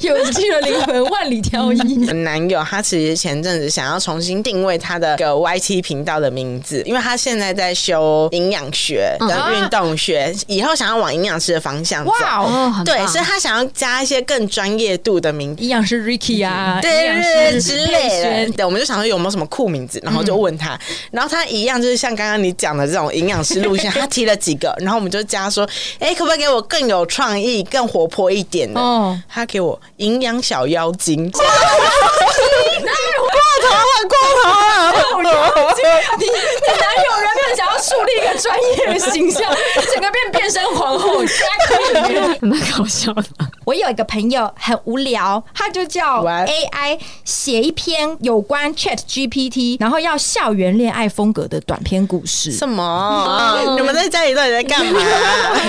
S4: 有趣的灵魂万里挑一。
S1: 男友他其实前阵子想要重新定位他的一个 YT 频道的名字，因为他现在在修营养学跟运动学，以后想要往营养师的方向走。
S4: 哇哦，
S2: 哦，很
S1: 对，
S2: 棒
S1: 所以他想要加一些更专业度的名字。
S4: 营养师 Ricky 啊，营
S1: 对
S4: 养
S1: 对对
S4: 师
S1: 之
S4: 佩
S1: 类
S4: 轩
S1: 的，对，我们就想说有没有什么酷名字，然后就问他，然后他一样就是像刚刚你讲的这种营养师路线，他提了几个，然后我们就加说，哎、可不可以给我更有创意、更活泼一点的？
S4: 哦
S1: 他给我营养小妖精，过头了，过头了，
S4: 你你男友原本想要树立一个专业的形象，整个变变身皇后。
S2: 蛮搞笑的。
S4: 我有一个朋友很无聊，他就叫
S1: What？
S4: AI 写一篇有关 Chat GPT，然后要校园恋爱风格的短篇故事。
S1: 什么？你们在家里到底在干嘛？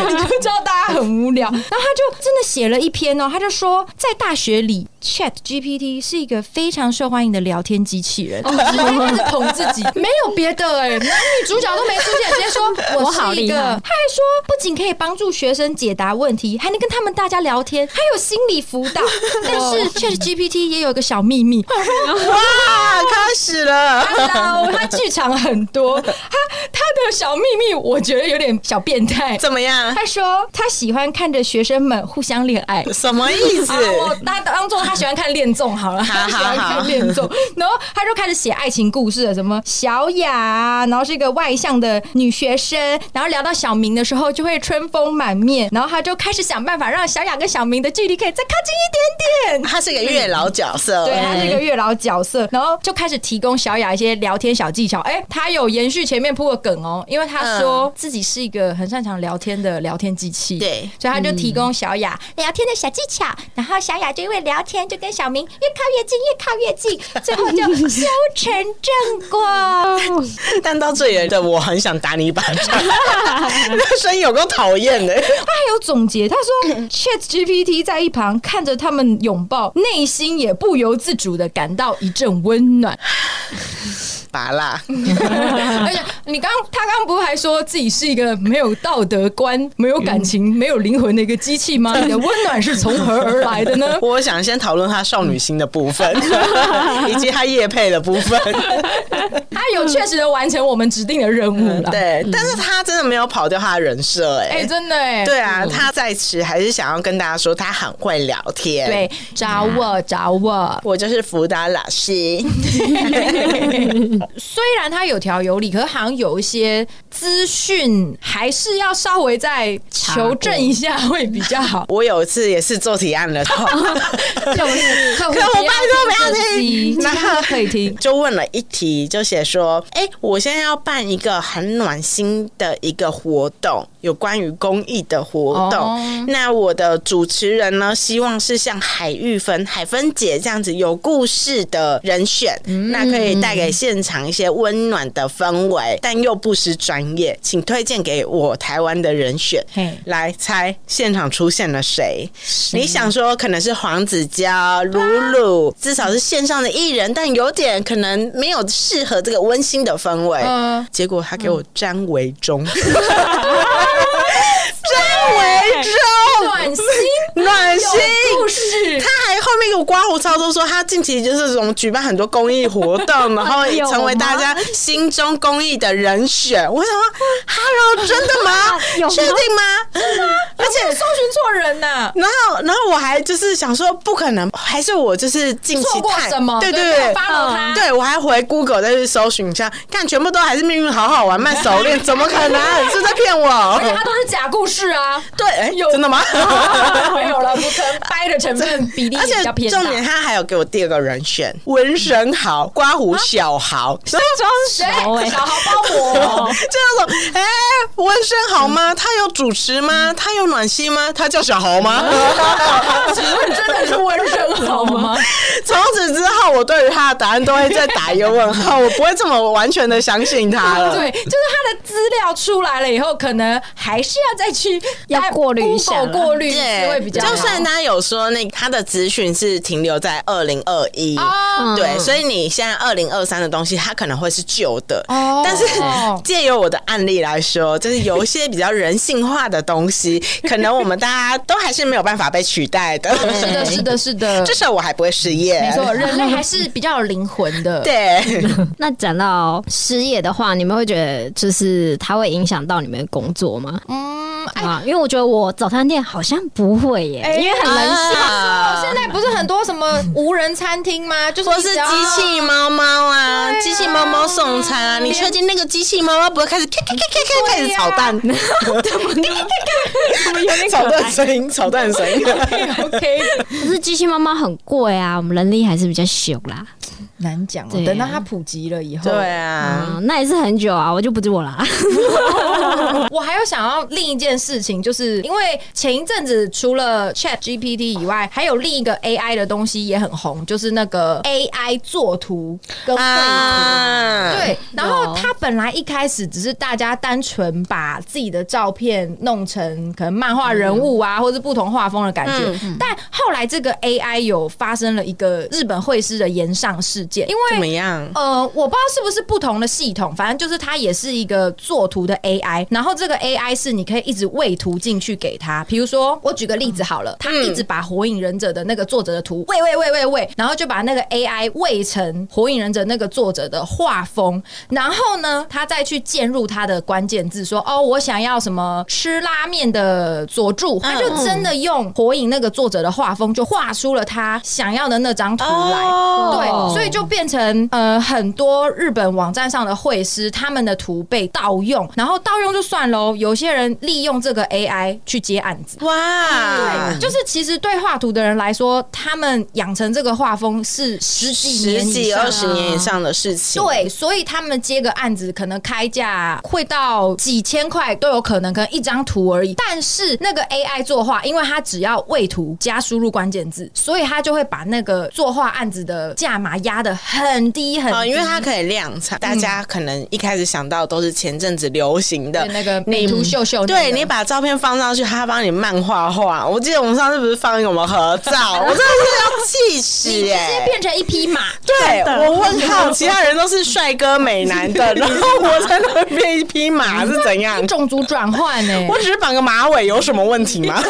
S4: 你就知道大家很无聊。然后他就真的写了一篇哦，他就说在大学里，Chat GPT 是一个非常受欢迎的聊天机器人， 他是捅自己，哦没有别的哎、男女主角都没出现，直接说
S2: 我好
S4: 是一
S2: 厉
S4: 个。
S2: 害
S4: 他还说不仅可以帮助学生解答问题，还能跟他们大家聊天，还有心理辅 导。但是 Chat GPT 也有一个小秘 密，
S1: 哇，开始了。
S4: Hello，他剧场很多，他他的小秘密我觉得有点小变态。
S1: 怎么 样？
S4: 他说他喜欢看着学生们互相恋爱。
S1: 什么意思
S4: 啊，？我他当做他喜欢看恋综好了，
S1: 好好
S4: 他喜欢
S1: 好
S4: 看恋综，然后他就开始写爱情故事了，什么小雅啊，然后是一个外向的女学生，然后聊到小明的时候就会春风满面，然后他就开始想办法让小雅跟小明的距离可以再靠近一点 点。
S1: 他是个月老角色，
S4: 对他是一个月老角色，然后就开始提供小雅一些聊天小技巧。哎、他有延续前面铺的梗哦，因为他说自己是一个很擅长聊天的聊天机器，
S1: 对
S4: 所以他就提供小雅聊天的小技巧，然后小雅就因为聊天就跟小明越靠越近，越靠越近，最后就修成正果。
S1: 但到这里的我很想打你一巴 掌，那声音有够讨厌的。
S4: 他还有总结，他说 Chat GPT 在一旁看着他们拥抱，内心也不由自主的感到一阵温暖。
S1: 拔啦，
S4: 而且你刚他刚不是还说自己是一个没有道德观、没有感情、没有灵魂的一个机器 吗？你的温暖是从何而来 的呢？
S1: 我想先讨论他少女心的部 分，以及他叶配的部分。
S4: 他有确实的完成我们指定的任务了。，
S1: 对，但是他真的没有跑掉他的人设，
S4: 哎、
S1: 哎，
S4: 真的哎、
S1: 对啊，他在此还是想要跟大家说，他很会聊天。
S4: 对，找我找我。
S1: 我就是辅导老师，。
S4: 虽然他有条有理，可是好像有一些资讯还是要稍微再求证一下会比较好
S1: 我有一次也是做提案的时候，
S4: 就是客户
S1: 客户
S4: 不要
S1: 拜托不要听
S4: 听这集其他都可以 听。
S1: 就问了一题，就写说：“哎、我现在要办一个很暖心的一个活动，有关于公益的活动。
S4: 哦
S1: 那我的主持人呢，希望是像海玉芬、海芬姐这样子有故事的人选，
S4: 嗯
S1: 那可以带给现场一些温暖的氛围，但又不失专业。请推荐给我台湾的人选
S4: 嘿。
S1: 来猜现场出现了谁？你想说可能是黄子佼、鲁
S4: 啊
S1: 鲁，至少是线上的艺人，但有点可能没有适合这个温馨的氛围。
S4: 嗯
S1: 结果他给我詹维 忠，詹维忠
S4: 暖心
S1: 暖心。
S4: 有故事
S1: 他。还后面有刮胡超都说，他近期就是什么举办很多公益活 动，然后
S2: 有
S1: 成为大家心中公益的人选。我想说，Hello，真的 吗？
S2: 有吗
S1: 确定吗？真的，而且
S4: 搜寻错人呐、
S1: 然后，然后我还就是想说，不可能，还是我就是近期
S4: 错过
S1: 看
S4: 什么？
S1: 对
S4: 对
S1: 对嗯
S4: 发了他。
S1: 对，我还回 Google 再去搜寻一下，看全部都还是命运好好玩慢熟 练，怎么可能？是不是在骗
S4: 而且
S1: 我？
S4: 他都是假故事 啊，
S1: 对，哎
S4: 有，
S1: 真的 吗？
S4: 没有了，不可能掰的成分比例
S1: 而
S4: 比较
S1: 且
S4: 偏
S1: 重点，
S4: 大。
S1: 他还有给我第二个人选，文神豪、刮胡小 豪，然后
S2: 装熟
S4: 谁？
S2: 哎，
S4: 小豪包我，嗯
S1: 就那种，哎，温生豪吗？他有主持吗？他有暖婉熙吗？他叫小豪吗？
S4: 请问真的是温润 好吗？
S1: 从此之后，我对于他的答案都会再打一个问号，我不会这么完全的相信他了。
S4: 对，就是他的资料出来了以后，可能还是要再去哎
S2: 要过滤一下
S4: Google 过滤是会
S1: 对，
S4: 比较好。
S1: 就算他有说那他的资讯是停留在二零二一，
S2: 嗯
S4: 哦
S1: 对，所以你现在二零二三的东西，它可能会是旧的。
S4: 哦
S1: 但是
S4: 哦
S1: 借由我的案例来说，就是有一些比较人性化的东西，可能我们大家都还是没有办法被取代的。
S4: 是的，是的，是的
S1: 至，少我还不会失业。
S4: 没 错，人类还是比较有灵魂的。
S1: 对，
S2: 那讲到失业的话，你们会觉得就是它会影响到你们的工作吗？
S4: 嗯，哎，
S2: 啊，因为我觉得我早餐店好像不会耶，
S4: 哎
S2: 因为很人性。
S1: 啊
S4: 现在不是很多什么无人餐 厅吗？就是
S1: 或
S4: 你
S1: 是
S4: 只要
S1: 机器猫猫啊，机器猫猫送餐啊，你
S4: 连
S1: 确定那个机器猫猫不会开始咔咔咔咔开始
S4: 对呀
S1: 炒蛋？啊 炒蛋声音，炒蛋声音。
S4: OK，
S2: 可是机器猫猫很贵啊，我们人力还是比较朽啦。
S4: 难讲哦
S2: 对。啊
S4: 等到它普及了以后，
S1: 对啊，
S2: 啊，那也是很久啊，我就不做啦。
S4: 我还有想要另一件事情，就是因为前一阵子除了 Chat GPT 以外，还有另一个 AI 的东西也很红，就是那个 AI 作图跟绘图。
S1: 啊，
S4: 对，然后
S2: 有
S4: 它本来一开始只是大家单纯把自己的照片弄成可能漫画人物啊，或是不同画风的感觉，但后来这个 AI 有发生了一个日本绘师的延上事件，因
S1: 怎
S4: 为
S1: 么样？
S4: 呃，我不知道是不是不同的系统，反正就是它也是一个作图的 AI，然后这个 AI 是你可以一直喂图进去给它。比如说，我举个例子好了，它一直把《火影忍者》的那个作者的图喂喂喂喂喂，然后就把那个 AI 喂成《火影忍者》那个作者的画风，然后呢，它再去介入它的关键字，说哦，我想要什么吃拉面的佐助，它就真的用《火影》那个作者的画风就画出了他想要的那张图来。
S1: 哦
S4: 对，所以就变成呃，很多日本网站上的绘师他们的图被盗用，然后盗用就算喽，有些人利用这个 AI 去接案子。
S1: 哇
S4: 对，，就是其实对画图的人来说，他们养成这个画风是十几
S1: 十
S4: 年以
S1: 几
S4: 上
S1: 二十年以上啊的事情。
S4: 对，所以他们接个案子，可能开价会到几千块都有可能，可能一张图而已。但是那个 AI 作画，因为它只要喂图加输入关键字，所以它就会把那个作画案子的价码压得很低很低。
S1: 啊，因为它可以量产，大家可能一开始想到都是前阵子流行的
S4: 对那个美图秀秀那个，
S1: 对你把照片放上去，他帮你漫画画。我记得我们上次不是放一个我们合照， 我真的是要气
S4: 你
S1: 死
S4: 直接
S1: 哎、
S4: 变成一匹马。
S1: 对我问号，其他人都是帅哥美男 的，然后我在那边变一匹马是怎样？
S4: 种族转换欸呢？
S1: 我只是绑个马尾，有什么问题 吗？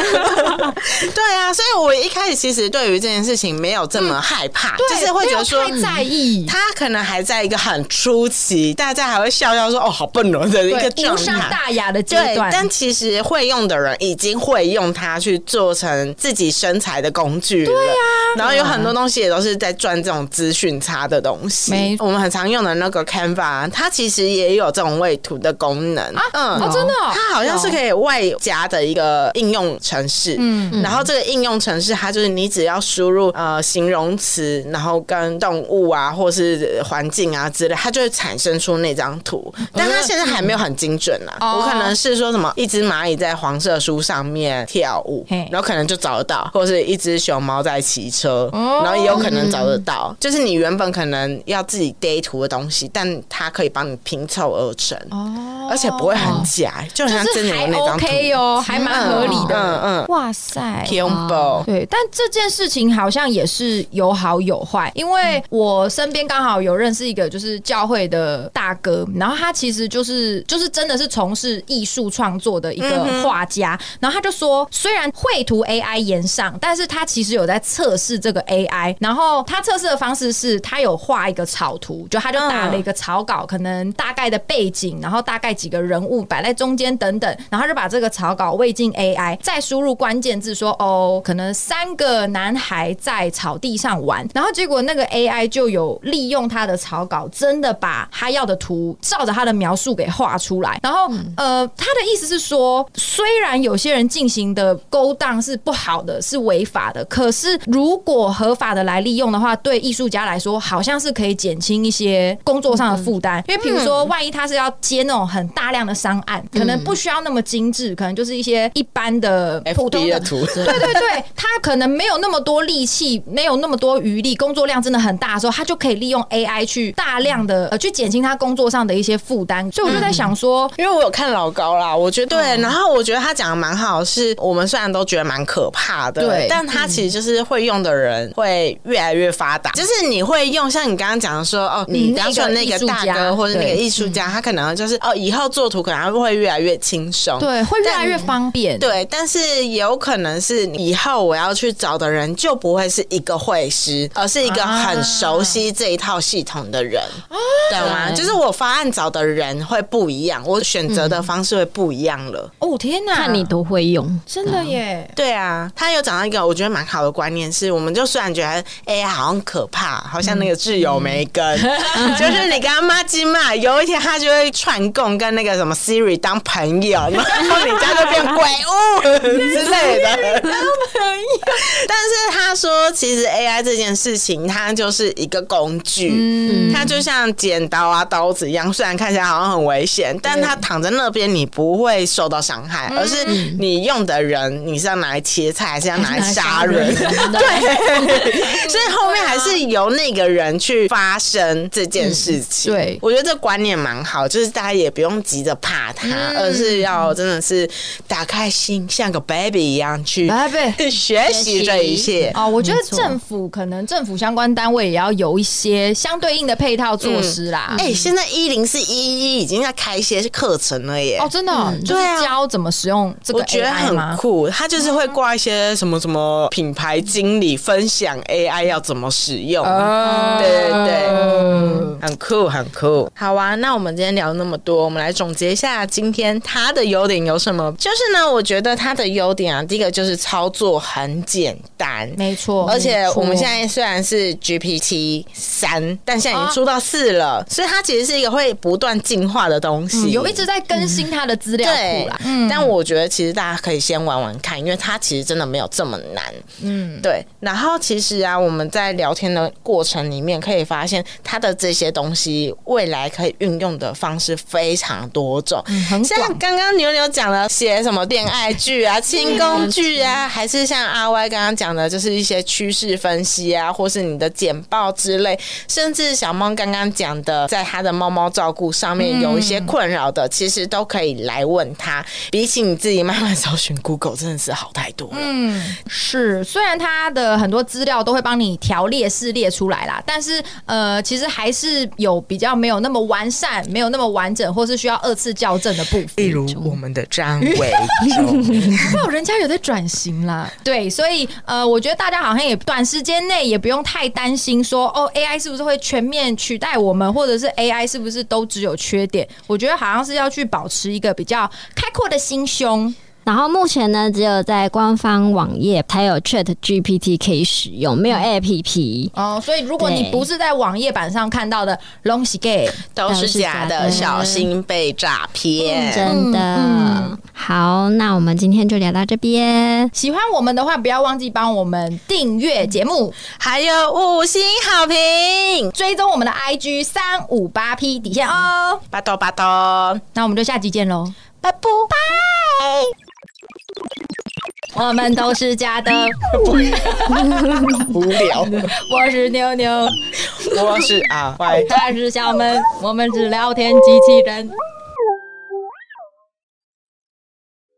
S1: 对啊，所以我一开始其实对于这件事情没有这么害怕，
S4: 嗯对
S1: 就是会觉得说嗯
S4: 没有太在意。
S1: 他可能还在一个很初期，大家还会笑笑说：“哦，好笨哦”的一个
S4: 对，
S1: 状
S4: 无伤
S1: 态。
S4: 大雅的阶
S1: 对，
S4: 段，
S1: 但其实会用的人已经会用它去做成自己身材的工具了。对
S4: 啊
S1: 呀、然后有很多东西也都是在赚这种资讯差的东西
S4: 嗯没。
S1: 我们很常用的那个 Canva，它其实也有这种位图的功能嗯
S4: 啊哦真的哦
S1: 它好像是可以外加的一个应用程式。嗯，然后这个应用程式它就是你只要输入呃形容词，然后跟动物啊或是环境啊之类，它就会产生出那张图。但它现在还没有很精准啦，
S4: 哦
S1: 我可能是说什么一只蚂蚁在黄色书上面跳舞
S4: 嘿，
S1: 然后可能就找得到，或是一只熊猫在骑车，然后也有可能找得到。就是你原本可能要自己堆图的东西，但它可以帮你拼凑而成，
S4: 哦
S1: 而且不会很假，就很像
S4: 就
S1: 真
S4: 是
S1: 的有
S4: 还
S1: 那张图。
S4: OK 哦，还蛮合理的。
S1: 嗯嗯
S4: 哇塞
S1: p u m b o
S4: 对，但这件事情好像也是有好有坏，因为我身边刚好有认识一个就是教会的大哥，然后他其实就是就是真的是从事艺术创作的一个画家，然后他就说，虽然绘图 AI 延上，但是他其实有在测试这个 AI，然后他测试的方式是他有画一个草图，就他就打了一个草稿，可能大概的背景，然后大概几个人物摆在中间等等，然后他就把这个草稿喂进 AI，再输入关键字说哦，可能三个男孩在草地上玩，然后结果那个 AI 就有利用他的草稿，真的把他要的图照着他的描述给画出来。然后呃，他的意思是说，虽然有些人进行的勾当是不好的，是违法的，可是如果合法的来利用的话，对艺术家来说好像是可以减轻一些工作上的负担，因为比如说万一他是要接那种很大量的商案，可能不需要那么精致，可能就是一些一般的普通
S1: FB 的
S4: 的
S1: 图，
S4: 对对对，他可能没有那么多力气，没有那么多余力，工作量真的很大的时候，他就可以利用 AI 去大量的呃去减轻他工作上的一些负担。所以我
S1: 嗯
S4: 就在想说，
S1: 因为我有看老高啦，我觉得对，
S4: 嗯
S1: 然后我觉得他讲的蛮好，是我们虽然都觉得蛮可怕的，
S4: 对
S1: 但他其实就是会用的人会越来越发达，就是你会用，像你刚刚讲的说，哦，你
S4: 嗯
S1: 刚刚说的那
S4: 那个
S1: 个
S4: 艺术
S1: 大
S4: 家
S1: 哥或者那个
S4: 对嗯
S1: 艺术家，他可能就是哦，以后做图可能会越来越轻松，
S4: 对，会越来越方便。
S1: 对，但是也有可能是以后我要去找的人就不会是一个会师，而是一个很熟悉这一套系统的人，懂吗？
S2: 对
S1: 就是我方案找的人会不一样，我选择的方式会不一样了。
S4: 哦天哪，
S2: 看你多会用，
S4: 真的耶。
S1: 对啊，他有讲到一个我觉得蛮好的观念是，我们就虽然觉得 AI 好像可怕，好像那个挚友没跟， 就是你跟他妈鸡骂，有一天他就会串供跟那个什么 Siri 当朋友，然后你家就变鬼屋之类的。但是他说，其实 AI 这件事情，它就是一个工具。
S4: 嗯，
S1: 它就像剪刀啊、刀子一样，虽然看起来好像很危险，但它躺在那边，你不会受到伤害，而是你用的人，你是要拿来切菜，还是要 拿来杀人？对，啊所以后面还是由那个人去发生这件事情。
S4: 嗯对
S1: 我觉得这观念蛮好，就是大家也不用急着怕它，而是要真的是打开心，像个 baby 一样去
S4: 来呗。
S1: 哎学习这一切。
S4: 哎哦，我觉得
S2: 没错
S4: 政府可能政府相关单位也要有一些相对应的配套措施啦。
S1: 哎、现在一零四一一已经在开一些课程了耶！
S4: 哦，真的哦，就
S1: 对啊
S4: 是教怎么使用这
S1: 我
S4: 个
S1: 觉得
S4: AI
S1: 很
S4: 吗？
S1: 酷，他就是会挂一些什么什么品牌经理分享 AI 要怎么使用，
S4: 哦
S1: 对对对，很酷很酷。好啊，那我们今天聊那么多，我们来总结一下今天它的优点有什么？就是呢，我觉得它的优点啊，第一个就是操作很简单。
S4: 没错，
S1: 而且我们
S4: 没错
S1: 现在虽然是 GPT 三，但现在已经出到四了，所以它其实是一个会不断进化的东西，
S4: 嗯有一直在更新它的资料
S1: 嗯对
S4: 库啦，。嗯
S1: 但我觉得其实大家可以先玩玩看，因为它其实真的没有这么难。
S4: 嗯，
S1: 对，然后其实啊，我们在聊天的过程里面可以发现，它的这些东西未来可以运用的方式非常多种。
S4: 嗯很
S1: 像
S4: 广。
S1: 刚刚牛牛讲了写什么恋爱剧
S2: 嗯
S1: 啊、清宫剧啊，还是像阿 Y 刚刚讲的，就是一些趋势分析啊，或是你的简报之类，甚至小猫刚刚讲的，在它的猫猫照顾上面有一些困扰
S2: 嗯
S1: 的，其实都可以来问他。比起你自己慢慢搜寻 Google，真的是好太多了。
S4: 嗯，是，虽然它的很多资料都会帮你条列式列出来啦，但是呃，其实还是有比较没有那么完善、没有那么完整，或是需要二次校正的部分。
S1: 例如我们的 张伟忠，
S4: 不过人家有在转型啦，对，所以呃，我觉得大家好像也短时间内也不用太担心说哦，AI 是不是会全面取代我们，或者是 AI 是不是都只有缺点？我觉得好像是要去保持一个比较开阔的心胸。
S2: 然后目前呢，只有在官方网页才有 Chat GPT 可以使用，没有 APP。
S4: 哦，所以如果你
S2: 对
S4: 不是在网页版上看到的 long s gay，
S1: 都是假的，
S2: 都是假的嗯
S1: 小心被诈骗。
S2: 真的、
S4: 嗯
S2: 好，那我们今天就聊到这边，
S4: 喜欢我们的话，不要忘记帮我们订阅节目，
S1: 还有五星好评，
S4: 追踪我们的 IG 三五八 P 底线哦。
S1: 巴豆巴豆。
S4: 那我们就下集见喽。
S1: 拜拜拜。
S4: 我们都是家的，
S1: 无聊，
S4: 我是妞妞，
S1: 我是阿歪。
S4: 他是小门，我们是聊天机器人。